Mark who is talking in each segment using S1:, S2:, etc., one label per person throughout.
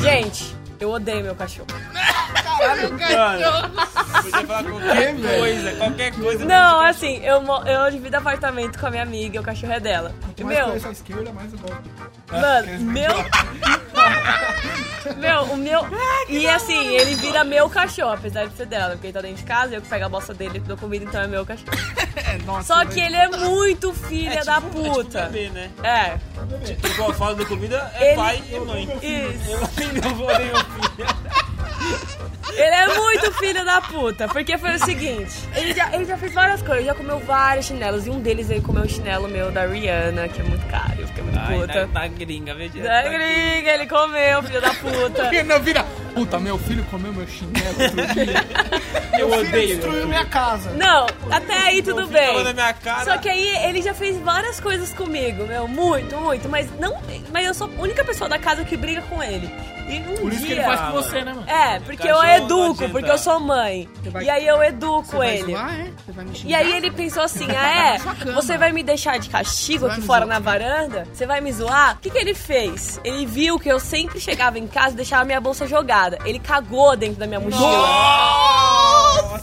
S1: Gente, eu odeio meu cachorro.
S2: Caralho,
S3: Mano, podia falar qualquer coisa, qualquer coisa.
S1: Não, assim, eu, mo- eu divido apartamento com a minha amiga e o cachorro é dela.
S4: Quanto mais
S1: Meu, É,
S4: conhece a esquerda, é mais eu gosto.
S1: mano, meu. Meu, o meu.
S4: Ah,
S1: E assim, ele vira meu cachorro, apesar de ser dela, porque ele tá dentro de casa, eu que pego a bolsa dele, que dou comida, então é meu cachorro. Só que ele é muito filha da puta.
S3: Bebê, né?
S1: É,
S3: Tipo, igual fala do comida, é
S1: Ele-
S3: pai e mãe.
S1: isso.
S3: Eu nem meu avô, nem meu filho.
S1: Ele é muito filho da puta, porque foi o seguinte: ele já, ele já fez várias coisas, ele já comeu vários chinelos, e um deles ele comeu o chinelo meu da Rihanna, que é muito caro, eu fiquei muito puta.
S3: Ai, tá gringa, veja.
S1: Da gringa, ele comeu, filho da puta.
S4: Porque não vira. Puta, meu filho comeu meu chinelo outro dia.
S3: Eu
S2: Meu filho
S3: odeio.
S2: destruiu minha casa.
S1: Não, até aí tudo
S2: tá
S3: Tava na
S1: bem.
S3: minha cara.
S1: Só que aí ele já fez várias coisas comigo, meu, muito, muito, mas não. Mas eu sou a única pessoa da casa que briga com ele. E um
S2: Por isso que
S1: dia.
S2: ele faz com você, né, mano?
S1: É, porque eu
S3: Cachorro não
S1: educo,
S3: adianta.
S1: porque eu sou mãe.
S2: vai-
S1: E aí eu educo
S2: vai
S1: ele.
S2: zoar, é? Você vai me xingar?
S1: E aí ele pensou assim, ah
S2: Sua
S1: é,
S2: cama.
S1: você vai me deixar de castigo
S2: Vai
S1: aqui
S2: me
S1: fora na
S2: zoar.
S1: varanda? Você vai me zoar? O que, que ele fez? Ele viu que eu sempre chegava em casa e deixava minha bolsa jogada. Ele cagou dentro da minha mochila.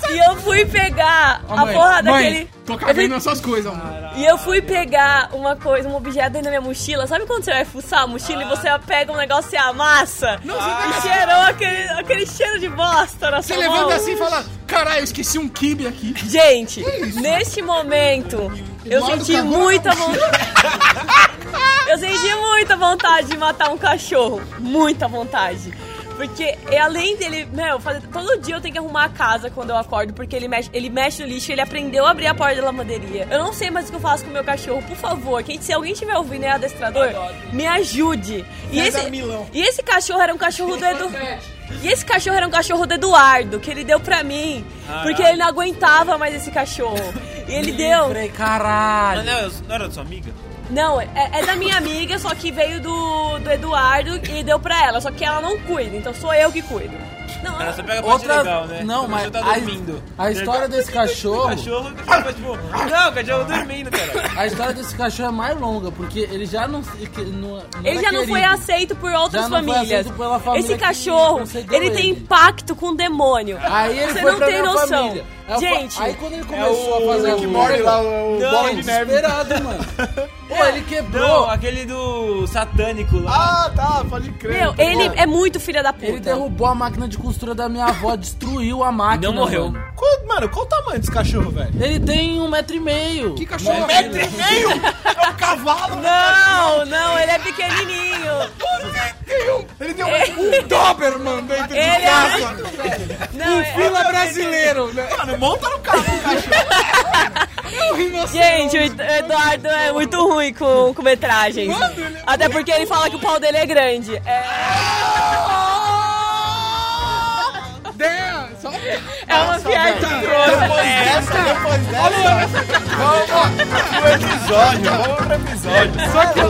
S1: E eu fui pegar
S4: Ó,
S1: a porra daquele...
S4: mãe, tô
S1: Eu fui-
S4: cagando nas suas coisas, mano.
S1: E eu fui pegar uma coisa, um objeto dentro da minha mochila. Sabe quando você vai fuçar a mochila e você pega um negócio e amassa? Não, e cheirou aquele, aquele cheiro de bosta na
S4: Você
S1: sua mão.
S4: levanta assim e fala: caralho, eu esqueci um kibe aqui.
S1: Gente, neste momento, eu
S4: Eduardo
S1: senti
S4: cagou
S1: muita vontade. eu senti muita vontade de matar um cachorro. Muita vontade. Porque e além dele, meu, fazer, todo dia eu tenho que arrumar a casa quando eu acordo, porque ele mexe, ele mexe no lixo, ele aprendeu a abrir a porta da lavanderia. Eu não sei mais o que eu faço com o meu cachorro. Por favor, quem, se alguém estiver ouvindo e é adestrador, me ajude. E
S2: Pega
S1: esse,
S2: Milão.
S1: e esse cachorro era um cachorro do Edu. E esse cachorro era um cachorro do Eduardo, que ele deu pra mim.
S5: Ah, é?
S1: Porque ele não aguentava mais esse cachorro. E ele deu.
S3: Mas não, eu- não era da sua amiga?
S1: Não, é, é da minha amiga, só que veio do, do Eduardo e deu pra ela. Só que ela não cuida, então sou eu que cuido. Não,
S3: Ela só pega a parte
S5: Outra.
S3: legal, né?
S5: Não,
S3: Quando
S5: mas.
S3: você tá
S5: a-
S3: dormindo.
S5: A, história desse
S3: O
S5: cachorro.
S3: cachorro fica tipo. Não, o cachorro dormindo, cara.
S5: A história desse cachorro é mais longa, porque ele já não. se- que- não- não
S1: ele
S5: era
S1: já não foi
S5: querido.
S1: aceito por outras
S5: Já não foi
S1: famílias.
S5: aceito pela família
S1: Esse
S5: que
S1: cachorro,
S5: concedeu
S1: ele tem
S5: ele.
S1: impacto com o demônio.
S5: Aí ele
S1: Você
S5: foi
S1: não
S5: pra
S1: tem
S5: minha
S1: noção.
S5: família. Aí eu fa-
S1: Gente,
S5: aí quando ele começou
S3: É o
S5: a fazer
S3: Rick
S5: a
S3: Morty
S5: luta,
S2: o
S3: Não,
S5: Bola
S3: ele-
S5: de neve. Desesperado, mano. Pô, ele quebrou.
S3: Não, aquele do satânico lá.
S2: Ah, tá, pode crer.
S1: Meu, ele é muito filha da puta.
S5: ele derrubou a máquina de costura da minha avó, destruiu a máquina.
S3: Não morreu.
S5: mano.
S2: Qual- mano, qual o tamanho desse cachorro, velho?
S5: Ele tem um metro e meio.
S4: Que cachorro
S2: Um metro e meio? É um cavalo?
S1: Não, não, ele é pequenininho.
S4: Ele deu um Doberman dentro de
S1: Ele é-
S4: casa.
S1: Não, é-
S4: Fila brasileiro, né? É um
S2: Mano, monta no carro o cachorro.
S1: Gente, o Ed- Eduardo é muito ruim com, com metragens. Até porque ele fala que o pau dele é grande. É,
S4: Damn, só Olha,
S1: é uma piada grossa.
S2: Depois dessa, depois dessa. Vamos ó, pro episódio, vamos pro episódio. Só que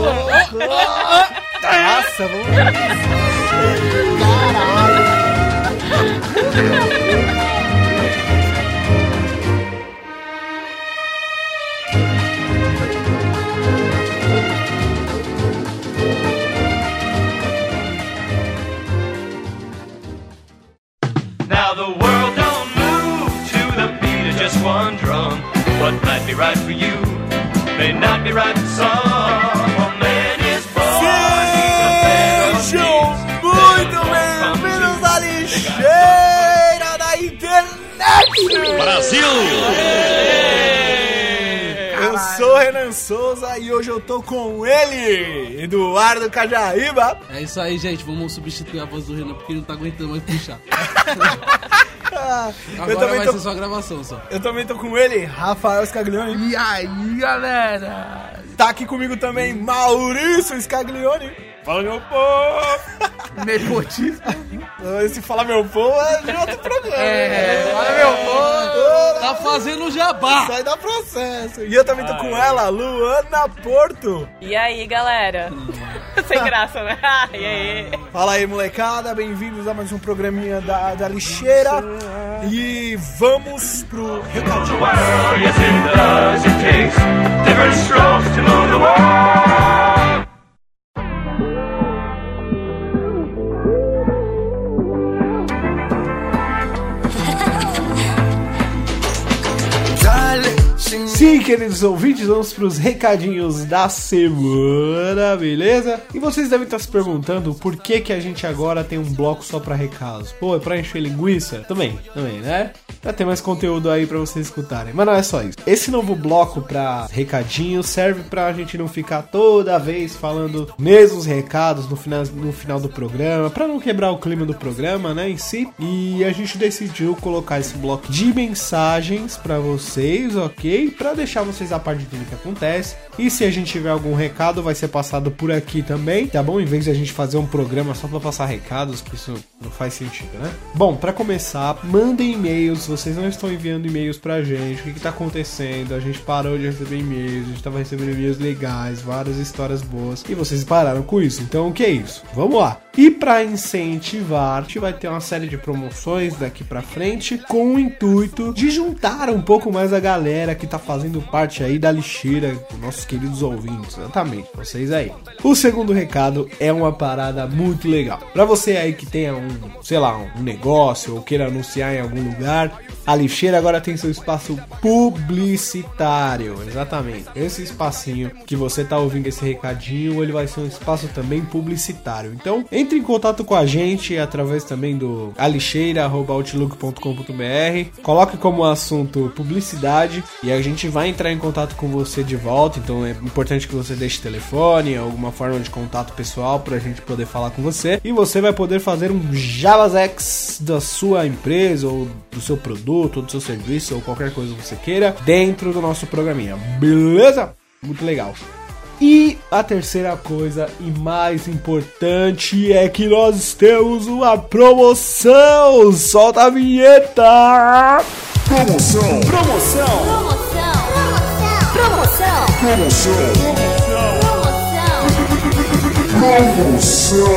S2: Nossa, vamos pro
S6: Now the world don't move to the beat of just one drum. What might be right for you may not be right for some. A man is born. he's a man of peace.
S3: muito bem-vindos à lixeira da internet!
S2: Eu sou o Renan Souza e hoje eu tô com ele, Eduardo Cajaíba.
S5: É isso aí, gente. Vamos substituir a voz do Renan, porque ele não tá aguentando mais puxar.
S2: Eu
S5: Agora
S2: também,
S5: vai
S2: tô,
S5: ser só a gravação, só.
S2: eu também tô com ele, Rafael Scaglione.
S4: E aí, galera?
S2: Tá aqui comigo também Maurício Scaglione. Fala meu povo!
S4: Nepotismo.
S2: Esse Fala Meu Povo é de outro programa. né?
S5: É,
S2: Fala Meu Povo!
S5: Tá fazendo jabá.
S2: Sai da processo. E eu também tô com ela, Luana Porto.
S1: E aí, galera? Sem graça, né? Ah, E aí?
S2: Fala aí, molecada. Bem-vindos a mais um programinha da, da lixeira. E vamos pro recadinho.
S6: Well, yes it does. It takes different strokes to move the world.
S7: Thank
S2: queridos ouvintes, vamos pros recadinhos da semana, beleza? E vocês devem estar se perguntando por que que a gente agora tem um bloco só pra recados. Pô, é pra encher linguiça? Também, também, né? Pra ter mais conteúdo aí pra vocês escutarem. Mas não é só isso. Esse novo bloco pra recadinhos serve pra gente não ficar toda vez falando mesmos recados no final, no final do programa, pra não quebrar o clima do programa, né, em si. E a gente decidiu colocar esse bloco de mensagens pra vocês, ok? Pra deixar vocês a parte de tudo que acontece. E se a gente tiver algum recado, vai ser passado por aqui também, tá bom? Em vez de a gente fazer um programa só pra passar recados, que isso não faz sentido, né? Bom, pra começar, mandem e-mails. Vocês não estão enviando e-mails pra gente. O que, que tá acontecendo? A gente parou de receber e-mails, a gente tava recebendo e-mails legais, várias histórias boas. E vocês pararam com isso. Então, o que é isso? Vamos lá. E pra incentivar, a gente vai ter uma série de promoções daqui pra frente com o intuito de juntar um pouco mais a galera que tá fazendo parte aí da lixeira, os nossos queridos ouvintes, exatamente, vocês aí. O segundo recado é uma parada muito legal. Pra você aí que tenha um, sei lá, um negócio ou queira anunciar em algum lugar, a lixeira agora tem seu espaço publicitário, exatamente. Esse espacinho que você tá ouvindo esse recadinho, ele vai ser um espaço também publicitário. Então, entre em contato com a gente através também do alixeira@outlook.com.br. Coloque como assunto publicidade e a gente vai entrar em contato com você de volta. Então, é importante que você deixe telefone, alguma forma de contato pessoal pra gente poder falar com você e você vai poder fazer um Javasex da sua empresa ou do seu produto, ou do seu serviço ou qualquer coisa que você queira dentro do nosso programinha. Beleza? Muito legal. E a terceira coisa e mais importante é que nós temos uma promoção. Solta a vinheta.
S4: Promoção.
S7: Promoção. Promoção.
S4: Promoção.
S7: Promoção.
S4: Promoção.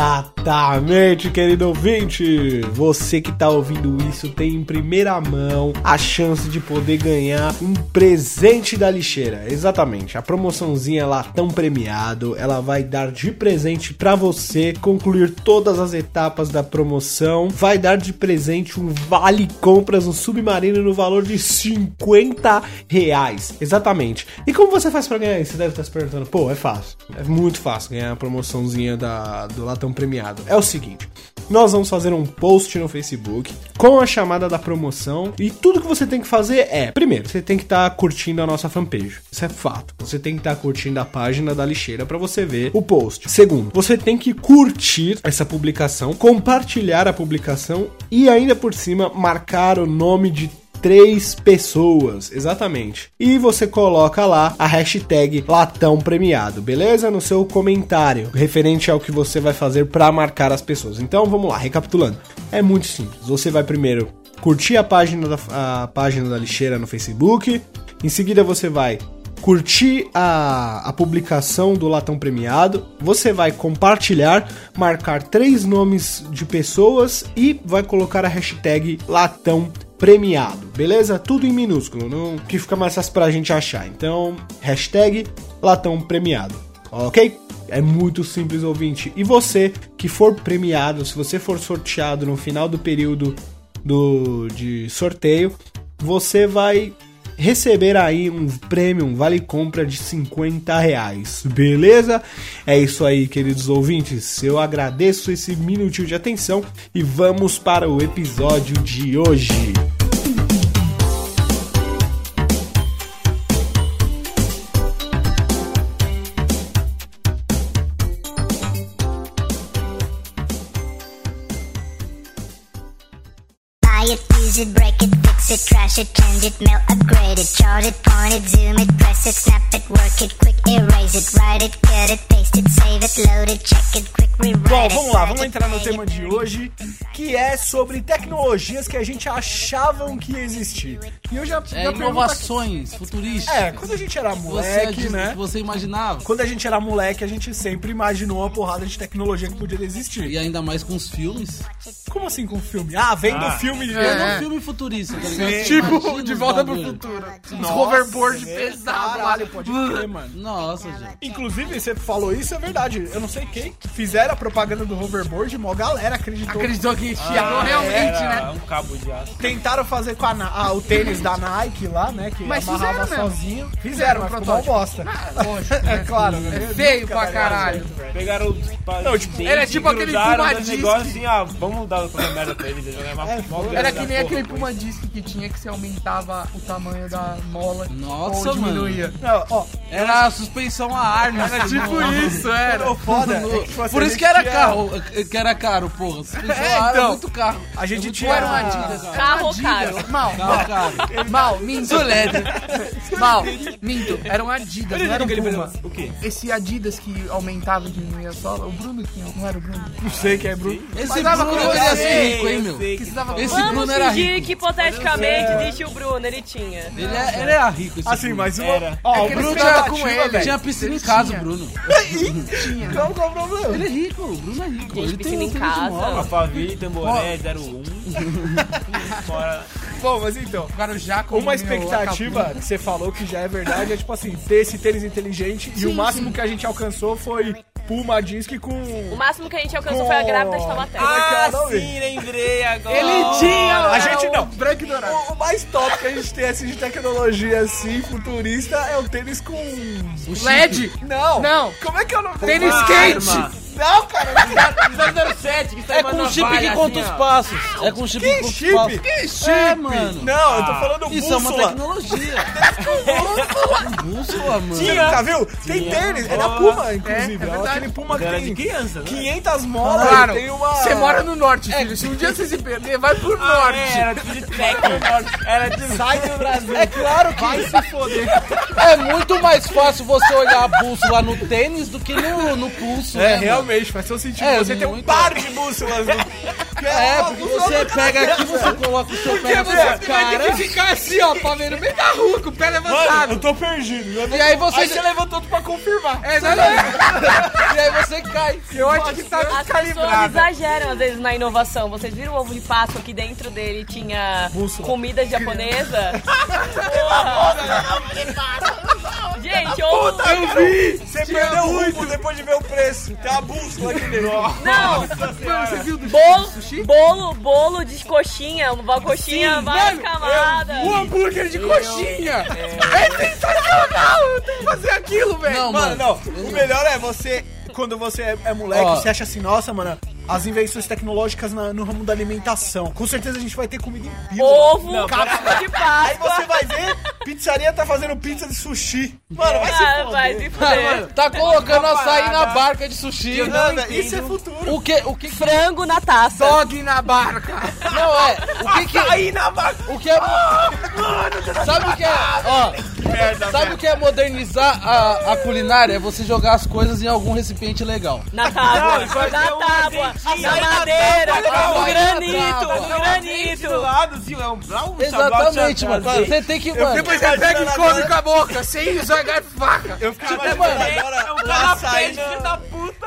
S2: Exatamente, querido ouvinte! Você que tá ouvindo isso tem em primeira mão a chance de poder ganhar um presente da lixeira. Exatamente, a promoçãozinha lá tão premiado, ela vai dar de presente pra você concluir todas as etapas da promoção. Vai dar de presente um vale compras no submarino no valor de 50 reais. Exatamente. E como você faz pra ganhar isso? Você deve estar se perguntando, pô, é fácil. É muito fácil ganhar a promoçãozinha da, do Latão Premiado. É o seguinte: nós vamos fazer um post no Facebook com a chamada da promoção. E tudo que você tem que fazer é: primeiro, você tem que estar curtindo a nossa fanpage. Isso é fato. Você tem que estar curtindo a página da lixeira para você ver o post. Segundo, você tem que curtir essa publicação, compartilhar a publicação e ainda por cima marcar o nome de três pessoas, exatamente. E você coloca lá a hashtag Latão Premiado, beleza? No seu comentário, referente ao que você vai fazer para marcar as pessoas. Então vamos lá, recapitulando. É muito simples. Você vai primeiro curtir a página da, a página da lixeira no Facebook. Em seguida você vai curtir a, a publicação do Latão Premiado, você vai compartilhar, marcar três nomes de pessoas e vai colocar a hashtag Latão Premiado, beleza? Tudo em minúsculo, não, que fica mais fácil pra gente achar. Então, hashtag Latão Premiado, ok? É muito simples, ouvinte. E você que for premiado, se você for sorteado no final do período do, de sorteio, você vai receber aí um prêmio, um vale compra de 50 reais, beleza? É isso aí, queridos ouvintes. Eu agradeço esse minutinho de atenção e vamos para o episódio de hoje.
S7: Buy it, use it, break it, fix it, trash it, change it, mail, upgrade it, chart it, point it, zoom it, press it, snap it, work it, quick erase it, write it, cut it, paste it, save it, load it, check it, quick
S2: Bom,
S7: rewrite it.
S2: vamos lá, vamos entrar no tema de hoje, que é sobre tecnologias que a gente achavam que existiam. E eu já,
S5: É,
S2: já
S5: inovações futuristas.
S2: É, quando a gente era
S4: É
S5: você,
S2: moleque,
S5: diz-
S2: né?
S5: você imaginava.
S2: Quando a gente era moleque, a gente sempre imaginou uma porrada de tecnologia que podia existir.
S5: E ainda mais com os filmes.
S2: Como assim com filme? Ah, vendo filme de
S5: É.
S4: É.
S5: um filme futurista, tá ligado? Você imagina
S4: Tipo, de
S5: os
S4: volta pro
S5: bagulho.
S4: futuro. Uns hoverboard
S2: é,
S4: pesado lá. Uh,
S2: Caralho, pode crer, mano.
S5: Nossa, gente.
S2: Inclusive, você falou isso, é verdade. Eu não sei quem. Fizeram a propaganda do hoverboard, mó galera acreditou.
S4: Acreditou
S2: Ah,
S4: que chiado realmente, né?
S3: um cabo de aço.
S2: Tentaram fazer com a na- ah, o tênis da Nike lá, né? Que
S4: Mas
S2: amarrava
S4: fizeram mesmo.
S2: sozinho. Fizeram, mas ficou uma
S4: protótipo. Ah,
S2: bosta.
S4: Lógico.
S2: É claro.
S4: É feio pra caralho.
S3: é. Pegaram os pais.
S2: Não, tipo,
S3: deles
S4: era
S3: e
S4: tipo aquele
S3: grudaram
S4: Puma
S3: no
S4: Disc.
S3: negócio assim, ah, vamos dar uma merda pra eles. eles vão ganhar uma- uma
S2: É,
S4: Era
S3: grana
S4: que
S3: da
S4: nem
S3: porra.
S4: aquele Puma Disc que tinha que você aumentava o tamanho da mola
S5: Nossa,
S4: ou diminuía.
S2: Não, ó,
S4: é
S5: Era a suspensão a ar, né?
S4: Era tipo isso, era.
S2: o foda é que, tipo, assim,
S5: Por
S2: a
S5: isso
S2: gente
S5: que era
S2: tinha-
S5: caro, eh, que era caro, porra. Suspensão
S4: É,
S5: a ar é
S4: então.
S5: muito caro.
S2: A gente
S5: é muito
S2: tinha-
S5: caro,
S4: Era um Adidas.
S5: cara. um
S4: Era um
S1: Carro
S4: Adidas. Mal,
S5: Caro, caro.
S4: mal, minto. Mal, minto. Era um Adidas, não era um Puma.
S3: O quê?
S4: Esse Adidas que aumentava e diminuía a sola, o Bruno que não era o Bruno.
S2: Não sei que é Bruno.
S5: Esse
S4: Mas dava
S5: Bruno
S4: com
S3: é
S5: deveria
S4: você,
S5: ser rico, hein,
S3: eu
S5: meu?
S3: sei
S4: Que você tava
S5: Esse
S1: Vamos
S5: Bruno era
S1: fingir
S5: rico.
S1: que hipoteticamente existe o Bruno, ele tinha.
S5: Ele, é- ele era rico, esse
S2: Assim,
S5: Bruno.
S2: mas o.
S3: Era.
S2: Ó,
S4: É
S2: o
S4: que
S2: Bruno
S4: eles ficaram
S2: tá
S4: com
S2: ativo,
S4: ele.
S2: velho.
S5: Tinha piscina em casa,
S4: Tinha.
S5: Bruno.
S2: Qual qual o problema?
S5: Ele é rico, o Bruno é rico.
S1: Gente,
S5: Ele tem
S1: piscina em
S5: um filho de
S1: casa.
S5: mola.
S3: A Faville, Tamboré, 01. Fora.
S2: Bom, mas então.
S4: O cara já com
S2: Uma expectativa que você falou que já é verdade é tipo assim, ter esse tênis inteligente e o máximo que a gente alcançou foi Puma Disc com.
S1: O máximo que a gente alcançou foi a grávida de Taubaté.
S2: Ah, sim,
S3: lembrei agora. Ah,
S2: Ele tinha! A
S4: é
S2: gente
S4: o
S2: não.
S4: branco e dourado.
S2: O, o mais top que a gente tem assim de tecnologia assim, futurista, é o tênis com.
S4: LED!
S2: Não!
S4: Não.
S2: Como é que eu não vou
S4: Tênis
S2: falar?
S4: quente!
S2: Não, cara!
S3: 07, que tá
S5: É
S2: um
S5: com chip que
S3: assim,
S5: conta os passos. É com chip que
S2: Que
S5: conta os
S2: chip?
S5: passos.
S2: Que
S5: É, mano.
S2: Não, eu tô falando
S5: Isso é uma
S2: bússola.
S5: tecnologia. Bússola, mano.
S2: Tinha, tá viu? Tem tênis, é da Puma, inclusive.
S4: é
S2: É,
S4: verdade.
S2: aquele Puma que
S3: Era de
S2: tem
S3: criança, né?
S2: 500 molas,
S4: Claro,
S2: tem uma... É. Ah,
S4: você mora no norte, filho. Se um dia você se perder, vai pro norte.
S3: É, era de Tecno. Era de
S2: Sai do Brasil. É claro que... Vai se foder.
S5: É muito mais fácil você olhar a bússola no tênis do que no, no pulso. né,
S2: É, realmente, faz seu sentido.
S5: É,
S2: você tem um
S5: muito.
S2: par de bússolas. No...
S5: mano? É, porque você pega aqui, você coloca o seu pé na sua
S4: Você vai ter
S5: cara.
S4: que ficar assim, ó, pra ver no meio da rua, com o pé levantado.
S2: eu tô perdido. Eu não-
S4: E aí você.
S2: levantou pra confirmar.
S4: É, não, não. E aí você cai. Eu acho que tá
S1: As pessoas
S4: descalibrado.
S1: exageram às vezes na inovação. Vocês viram o ovo de Páscoa que dentro dele tinha
S2: Bússola.
S1: comida japonesa? Porra! Gente, ovo...
S2: Você perdeu muito depois de ver o preço. Tem uma bússola aqui dentro.
S1: Não!
S4: Mano, você viu do
S1: Bolo,
S4: sushi?
S1: bolo, bolo de coxinha, uma coxinha várias
S4: mano,
S1: camadas.
S4: O hambúrguer de coxinha! É, sensacional! Eu tenho que fazer aquilo, velho!
S5: Não,
S2: Mano,
S5: mano.
S2: não. O melhor é você, quando você é, é moleque,
S5: Ó.
S2: você acha assim, nossa, mano, as invenções tecnológicas na- no ramo da alimentação. Com certeza a gente vai ter comida em pila.
S1: Ovo,
S2: Não, cara.
S1: ovo de
S2: Aí
S1: Páscoa.
S2: você vai ver, pizzaria tá fazendo pizza de sushi. Mano, vai se
S1: Ah,
S2: foder.
S1: vai se
S5: Ah,
S1: fuder.
S5: mano, tá colocando açaí na
S3: parada.
S5: barca de sushi.
S2: Nada, isso é futuro.
S5: O que, o que que-
S1: Frango na taça.
S4: Dog na barca!
S5: Não, é. O que que...
S2: Aí na vaca.
S5: O que é... Sabe o que é... Ó, sabe o que é modernizar a, a culinária? É você jogar as coisas em algum recipiente legal.
S1: Na tábua,
S2: um
S1: na tábua, na madeira,
S5: tábua,
S1: no
S5: na
S1: granito,
S2: um
S5: tábua.
S1: no granito.
S3: lado, sim, é um brau.
S5: Exatamente, mano. Você tem que, mano...
S4: Depois você pega e come com a boca, sem usar garfo e faca!
S2: Eu fiquei
S5: Até,
S2: imaginando
S5: mano,
S2: agora
S3: É
S2: tá o
S3: um Canapé
S2: açaí
S3: de
S2: na-
S3: filho da puta.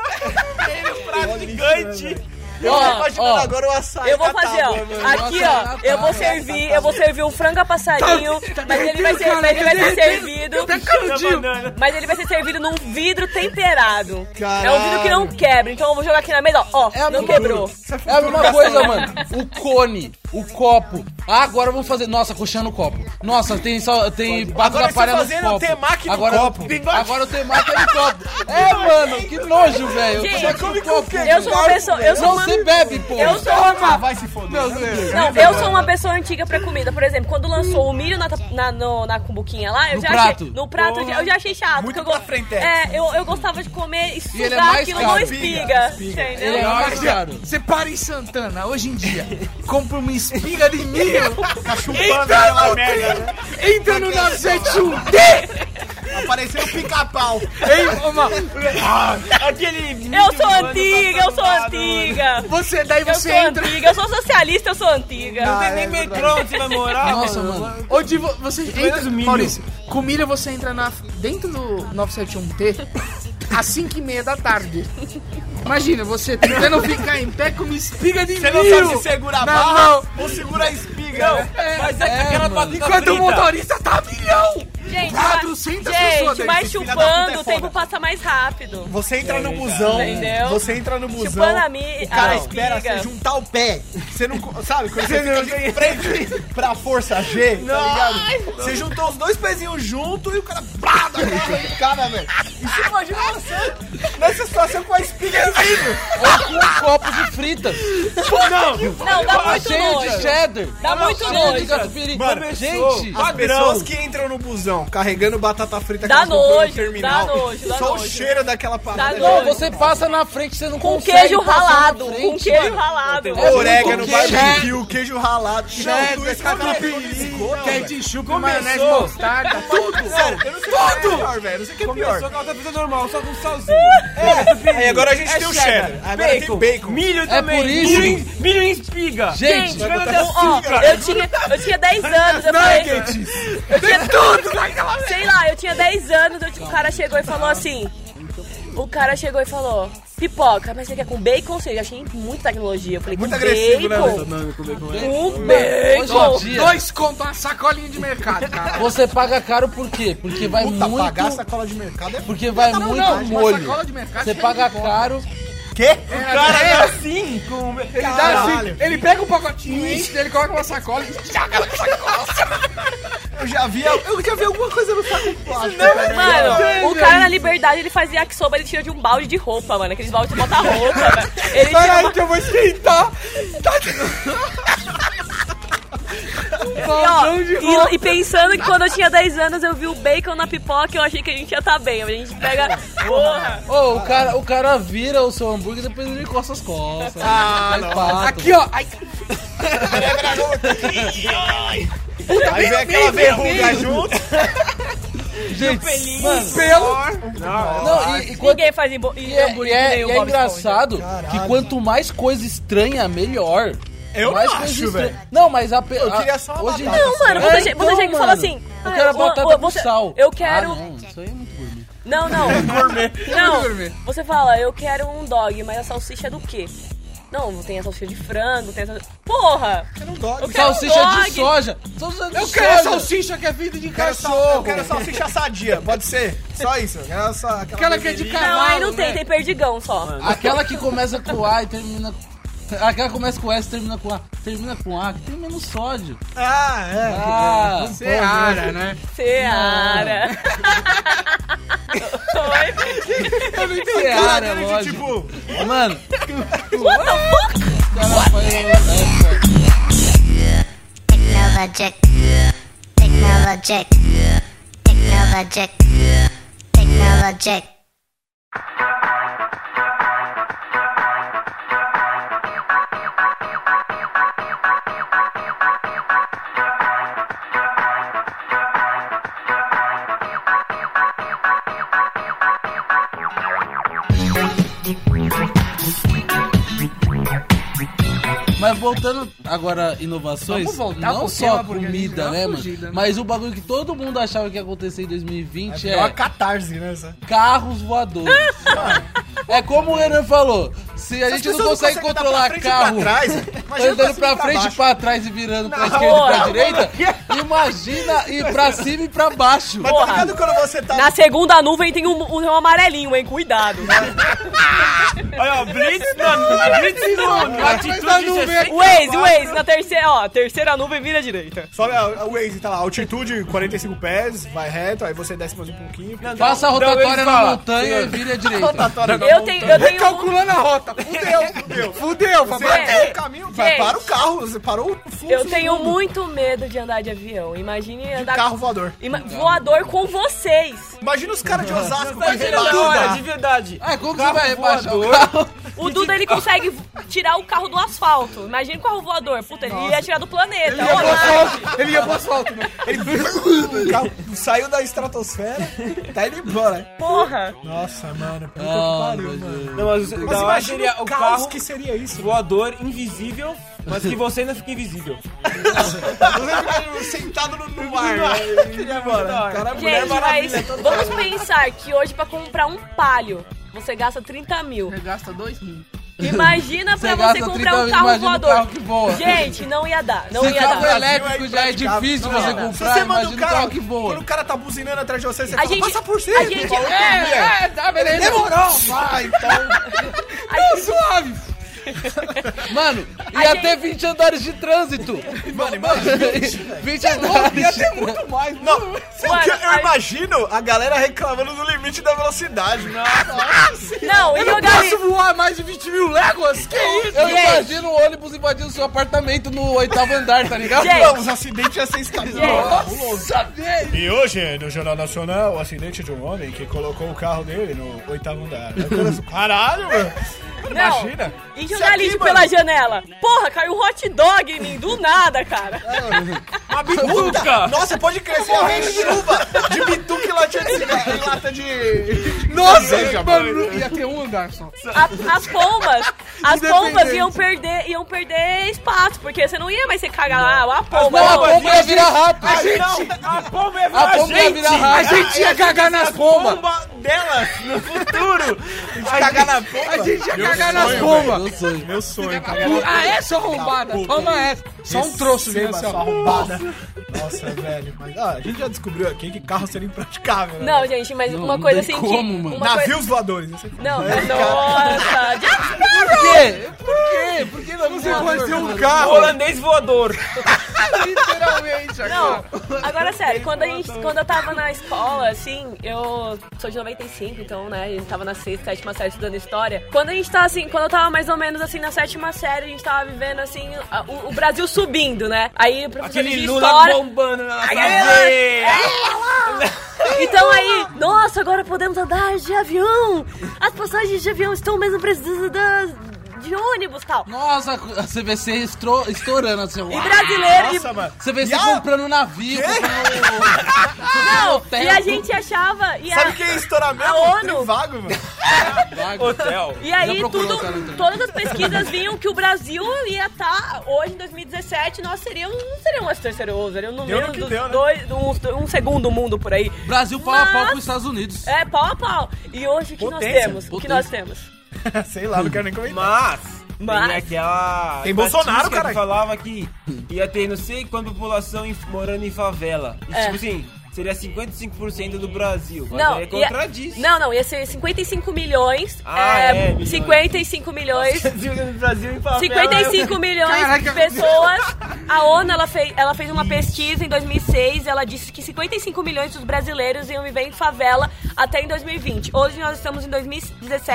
S3: Ele um prato gigante.
S2: Eu
S5: Ó,
S2: fiquei imaginando
S5: ó.
S2: agora o açaí
S1: Eu vou
S2: na
S5: tá,
S1: fazer, ó.
S2: tábua, mano.
S1: Aqui, ó.
S5: Nossa,
S1: Eu vou
S5: tá,
S1: servir, eu vou servir um frango a passarinho, mas ele vai ser, mas ele vai ser servido.
S4: Até canudinho!
S1: Mas ele vai ser servido num vidro temperado. É um vidro que não
S2: Caralho.
S1: quebra. Então eu vou jogar aqui na mesa, ó. ó
S5: É a
S1: não
S5: mesma-
S1: quebrou.
S5: É a mesma coisa, mano. O cone, o copo. Ah, agora vamos fazer. Nossa, coxinha no copo. Nossa, tem só tem pato
S2: Agora
S5: da palha
S2: você
S5: no
S2: fazendo
S5: copo.
S2: temaki no
S5: agora,
S2: copo.
S5: Agora o temaki é no copo. É, mano, que nojo, velho.
S1: Gente,
S5: Temaki
S2: come
S5: no
S2: com
S5: copo.
S2: queijo.
S1: Eu sou uma pessoa. Eu sou
S5: Não
S1: uma.
S5: se bebe, pô.
S1: Eu sou uma.
S2: Vai se foder.
S1: Não, eu sou uma pessoa antiga pra comida. Por exemplo, quando lançou o milho na, ta- na, no- na cumbuquinha lá, eu
S5: No
S1: já
S5: prato.
S1: achei. No prato, eu já- eu já achei chato.
S2: Muito
S1: porque eu
S2: pra
S1: go-
S2: frente, é.
S1: É, eu, eu gostava de comer e sugar
S5: ele é mais
S1: aquilo
S5: caro.
S1: no espiga.
S5: Ele
S1: Entendeu?
S5: é mais caro.
S4: Você para em Santana, hoje em dia, compra uma espiga de
S8: Tá
S4: milho,
S8: né?
S2: Chupando aquela merda.
S4: entra no 971D
S8: Apareceu o pica-pau.
S3: Aquele.
S1: Eu sou antiga,
S3: tá
S1: eu sou antiga.
S4: Você, daí
S1: Eu
S4: você
S1: sou
S4: entra.
S1: antiga, eu sou socialista, eu sou antiga.
S3: Não tem
S8: Ah,
S3: nem metrô onde você vai morar.
S5: Nossa, mano.
S4: Ou de vo- você entra,
S3: menos milho.
S4: Maurício, com milho você entra na, dentro do 971T às 5 e meia da tarde. Imagina, você tentando ficar em pé com uma espiga de
S8: Você não
S4: milho.
S8: sabe se segura a
S4: na
S8: barra
S4: mão.
S8: ou segura a espiga, né?
S3: Mas é, que aquela batata
S4: Enquanto o
S3: frita.
S4: motorista tá a milhão.
S8: é.
S1: Gente, mas-
S4: 400 pessoas
S1: gente
S4: deve
S1: mas
S4: ser
S8: filha da puta, é
S1: chupando, o
S8: foda.
S1: tempo passa mais rápido.
S8: Você entra no busão,
S1: Entendeu?
S8: você entra no busão,
S1: Chupando a mi-
S8: o cara
S1: a
S8: espera
S1: espiga.
S8: você juntar o pé. Você não, co- sabe, quando você, fica de frente pra força G, tá ligado? Você juntou os dois pezinhos junto e o cara brá, dá aquela arrancada, velho. E você imagina você nessa situação com a espiga no vidro.
S5: Ou com um copo de fritas. Tá
S1: Não, dá muito
S5: Cheio de
S8: é
S1: nojo.
S5: cheddar.
S1: Dá muito
S5: Cheio de
S1: nojo.
S5: catupiry.
S8: Mano,
S5: Gente,
S8: As pessoas que entram no busão carregando batata frita
S1: Dá
S8: que elas comprou no
S1: nojo,
S8: terminal,
S1: dá nojo, dá
S8: só o
S1: nojo.
S8: cheiro daquela parada.
S1: nojo.
S5: não, você passa na frente, você não
S1: Com
S5: consegue
S1: Um queijo
S5: passar na
S1: ralado, com
S5: frente,
S1: queijo
S5: mano.
S1: ralado.
S8: Orégano,
S5: Com
S8: barbecue, queijo ralado,
S4: Cheddar,
S8: tudo isso catupiry.
S4: Ketchup, maionese, mostarda, tudo.
S8: Sério, eu não sei o que é pior, velho. Não sei o que é pior.
S3: Começou com a batata normal, só com um salzinho. É,
S8: Aí agora a gente tem o cheddar. Agora tem bacon.
S3: Milho
S5: É
S3: também.
S5: por isso-
S3: Milho, em, milho em espiga.
S5: Gente,
S1: Gente,
S8: Tá
S1: meu Deus,
S8: assim,
S1: ó, eu tinha, eu tinha 10
S8: é
S1: anos, eu falei, sei lá, eu tinha 10 anos, eu- o cara chegou e falou assim, o cara chegou e falou, pipoca, mas você quer com bacon? Ou seja, eu achei muita tecnologia, eu falei,
S8: Muito
S1: com
S8: agressivo, né?
S1: bacon? Com bacon!
S5: hoje em dia,
S4: Dois conto uma sacolinha de mercado, cara.
S5: você paga caro por quê? Porque vai
S8: Puta,
S5: muito...
S8: pagar sacola de mercado é
S5: Porque vai
S4: Não,
S5: muito
S4: não, uma
S5: molho.
S4: sacola de mercado
S5: Você
S4: cheia
S5: paga
S4: de
S5: caro.
S8: quê?
S4: O cara é
S8: tá
S4: assim, com... Ele, dá
S8: Caralho.
S4: assim, ele pega um pacotinho, enche, ele coloca uma sacola e joga na sacola.
S8: Eu já vi, eu já vi alguma coisa no saco plástico. cara.
S1: Mano, o cara na liberdade ele fazia yakisoba, ele tira de um balde de roupa, mano. Aqueles balde de botar roupa, velho. Ele tira
S4: Caralho, que eu vou esquentar. Tá
S1: ó, e- e, pensando que quando eu tinha 10 anos eu vi o bacon na pipoca, eu achei que a gente ia tá bem. A gente pega. Porra!
S5: Ô, o, cara, o cara vira o seu hambúrguer e depois ele encosta as costas. Ah,
S4: Aqui, ó. Ai,
S8: Aí vem aquela verruga junto.
S5: Gente, mano,
S4: pelo.
S5: não, e, e quando-
S1: Ninguém faz embo... e,
S5: e é, e é- e é engraçado
S8: Caralho.
S5: que quanto mais coisa estranha, melhor.
S8: Eu
S5: mais
S8: não
S5: coisa
S8: acho,
S5: estranha-
S8: velho.
S5: Não, mas a pe-
S8: Eu
S5: a-
S8: queria só uma
S5: hoje em
S8: batata.
S5: dia-
S1: Não, mano, você,
S5: É,
S1: chega-
S5: então,
S1: você chega e fala
S5: mano,
S1: assim.
S5: Eu
S1: ah,
S5: quero
S1: ô,
S5: batata
S1: ô,
S5: com
S1: você-
S5: sal.
S1: Eu quero.
S5: Ah, não, isso aí é muito gourmet.
S1: Não, não. não. Você fala, eu quero um dog, mas a salsicha é do quê? Não, tem a salsicha de frango, tem a salsicha... Porra! Eu quero um
S5: Salsicha de
S1: dog.
S5: soja. Salsicha de
S4: Eu
S5: soja.
S4: quero salsicha que é feita de
S8: Eu quero sal-
S4: cachorro.
S8: Eu quero salsicha sadia, pode ser? Só isso. Eu quero só aquela
S4: Aquela que é de cavalo.
S1: Não, aí não tem,
S4: né?
S1: tem perdigão só.
S5: Aquela que começa com A e termina Aquela que começa com S e termina com A. Termina com A, que tem menos sódio.
S8: Ah, é.
S5: Ah,
S4: Seara, né?
S1: Seara. Oi?
S8: um
S5: Seara,
S8: Aquele de,
S5: é lógico.
S8: tipo,
S5: Mano,
S7: Technologic. Technologic. Technologic. Technologic.
S5: mas voltando agora inovações,
S4: Vamos voltar
S5: não
S4: pro
S5: só
S4: tema, porque a gente deu
S5: comida,
S4: uma
S5: né,
S4: fugida,
S5: mano?
S4: né?
S5: Mas o bagulho que todo mundo achava que ia acontecer em 2020
S8: é uma
S5: é
S8: catarse, né? essa?
S5: carros voadores. É como o Renan falou, se a
S8: As
S5: gente não
S8: pessoas
S5: consegue
S8: conseguem dar
S5: controlar
S8: pra frente e
S5: carro
S8: Pra trás.
S4: Tá
S8: Imagina
S5: andando pra
S8: cima e
S5: frente e
S8: baixo.
S5: pra trás e virando pra esquerda e pra
S1: Porra.
S5: direita, imagina ir pra cima e pra baixo.
S8: é Mas tá ligado quando você tá
S1: Na segunda nuvem tem um, um, um amarelinho, hein? Cuidado.
S3: Olha, ó, Blitz na Blitz no atitude assim, de
S4: nuvem.
S3: 60.
S1: Waze, Waze, na terceira, ó, terceira nuvem vira à direita.
S8: Sobe a, a Waze, tá lá, altitude 45 pés, vai reto, aí você desce mais um pouquinho.
S5: Passa a
S3: Não,
S5: rotatória
S3: eles
S5: na
S3: falam.
S5: montanha e vira à direita.
S1: Eu tenho, eu tenho
S4: Calculando a rota. Fudeu, fudeu. Fudeu,
S8: Você
S4: papai.
S8: é. o caminho, vai,
S1: Gente.
S8: para o carro, você parou o fluxo.
S1: eu tenho um muito medo de andar de avião. Imagine andar
S8: Carro voador.
S1: Ima- voador com vocês.
S8: Imagina os caras de Osasco.
S3: Imagina agora, de verdade.
S5: Ah, como que você
S3: Carro
S5: vai rebaixar o
S3: voador.
S5: carro?
S1: O Duda ele consegue tirar o carro do asfalto. Imagina o carro voador. Puta, ele ia tirar do planeta. Olá.
S8: Ele ia pro asfalto, né? Ele o carro saiu da estratosfera, tá indo embora.
S1: Porra!
S2: Nossa, mano. puta que
S5: Ah,
S2: pariu,
S5: meu
S2: mano.
S5: Deus.
S3: Não, mas,
S2: Mas
S3: imagina
S2: imagina o
S3: carro,
S2: caos que seria isso.
S3: voador invisível, mas que você ainda fica invisível.
S8: tá Sentado no, no ar. Queria embora. Cara,
S1: Gente, mas vamos pensar que hoje pra comprar um palio você gasta 30 mil.
S4: Você gasta dois mil.
S1: Imagina pra você,
S5: gasta
S1: comprar
S5: 30
S1: um
S5: mil,
S1: carro
S5: imagina um
S1: voador.
S5: carro que voa.
S1: Gente, não ia dar. Não
S5: Se
S1: ia
S5: carro
S1: dar.
S5: elétrico
S8: é
S5: já é
S8: impraticável,
S5: difícil
S8: não
S5: você
S8: é.
S5: comprar,
S8: Se você manda o
S5: imagina um
S8: carro,
S5: carro que
S8: quando o
S5: voa.
S8: cara tá buzinando atrás de você, você
S1: A
S8: fala,
S1: gente,
S8: passa por cima.
S1: a gente,
S8: um
S4: É, é, tá, beleza.
S8: Demorou, vai, então.
S5: Tá suave. Mano, ia
S1: gente-
S5: ter 20 andares de trânsito.
S8: Mano, imagina.
S5: 20 andares.
S8: Tem muito mais. Não,
S1: Mano,
S8: eu,
S1: a-
S8: imagino a galera reclamando do limite da velocidade. né?
S1: não, e jogar ali.
S8: voar mais de 20 mil léguas? Que isso?
S5: Eu
S1: Gente.
S5: imagino o ônibus invadindo seu apartamento no oitavo andar, tá ligado?
S1: Gente.
S8: Não, os acidentes iam ser escalonados.
S5: Nossa, velho.
S2: E hoje, no Jornal Nacional, o acidente de um homem que colocou o carro dele no oitavo andar. Caralho, mano.
S1: Não.
S2: Imagina.
S1: E jogar
S8: aqui,
S1: lixo
S8: mano-
S1: pela janela. Porra, caiu um hot dog em mim do nada, cara.
S3: Uma bituca!
S8: Nossa, pode crescer a rede de uva, de bituca e latinha de cigarro, e lata de...
S4: Nossa, mano, ia ter um andar só.
S1: A- as pombas, as pombas iam perder, iam perder espaço, porque você não ia mais ser cagar lá, a pomba.
S5: Não, a
S1: não.
S5: pomba ia virar rato.
S3: Não, a pomba é
S5: A pomba ia virar
S3: gente.
S5: rato. A gente ia cagar nas pombas.
S3: Pomba dela no futuro.
S8: Cagar na boca.
S4: A gente ia cagar nas
S5: Pomba.
S4: bombas.
S2: Meu sonho, cara.
S4: Ah, é? Só arrombada. Toma essa. Só um troço mesmo, assim, ó.
S2: arrombada. Nossa, velho. Mas ah, a gente já descobriu aqui que carro seria impraticável. Né?
S1: Não, gente, mas uma coisa assim que.
S5: como, mano.
S1: Uma coisa...
S2: Navios voadores. Isso é aqui.
S1: Não, nossa, Jack
S5: Por quê? Por quê? Por que não
S8: Você vai ser um
S3: O
S8: carro.
S3: holandês voador.
S4: Literalmente,
S1: Não,
S4: agora.
S1: agora sério, quando, a gente, quando eu tava na escola, assim, eu sou de 95, então, né, a gente tava na sexta, sétima série estudando história. Quando a gente tá assim, quando eu tava mais ou menos assim na sétima série, a gente tava vivendo assim, a- o, o Brasil subindo, né? Aí o professor de
S3: Aquele é! Lula
S1: história.
S3: bombando na nossa
S1: Ai,
S3: veia.
S1: Então aí, nossa, agora podemos andar de avião! As passagens de avião estão mesmo precisando de ônibus e tal.
S5: Nossa, a CVC estrou- estourando assim.
S1: E
S5: ó.
S1: brasileiro, e-
S2: Nossa, mano.
S5: CVC
S8: E a-
S5: comprando navio.
S1: não,
S5: hotel.
S1: e a gente achava. E a-
S8: Sabe é quem ia estourar
S2: é
S8: mesmo?
S1: A ONU.
S8: Trem vago, mano.
S5: comprando-
S3: Hotel.
S1: E aí,
S5: Já procurou,
S1: tudo,
S5: cara, então.
S1: todas as pesquisas vinham que o Brasil ia estar, hoje, em 2017, nós seríamos, não seríamos terceiro mundo, seríamos no
S2: Deu no
S1: menos
S2: que
S1: dos
S2: deu, né?
S1: dois, um, um segundo mundo por aí.
S5: Brasil pau a pau
S1: Mas-
S5: com os Estados Unidos.
S1: É, pau a pau. E hoje, o que nós
S2: Potência,
S1: temos? O que nós temos?
S2: Sei lá, não quero nem comentar.
S3: Mas,
S1: Mas-
S3: tem aquela.
S2: Tem Bolsonaro,
S3: estatística
S2: caralho.
S3: Que falava que ia ter não sei quanta população em- morando em favela. E,
S1: É.
S3: Tipo assim, seria 55% do Brasil. Mas
S1: Não,
S3: aí é
S1: ia-
S3: contradiz.
S1: não, não, ia ser 55 milhões,
S3: Ah,
S1: é,
S3: é, milhões.
S1: 55 milhões,
S3: Brasil em favela.
S1: 55 milhões de
S4: Caraca.
S1: pessoas. A ONU ela fez, ela fez uma pesquisa em 2006. Ela disse que 55 milhões dos brasileiros iam viver em favela até em 2020. Hoje nós estamos em 2017.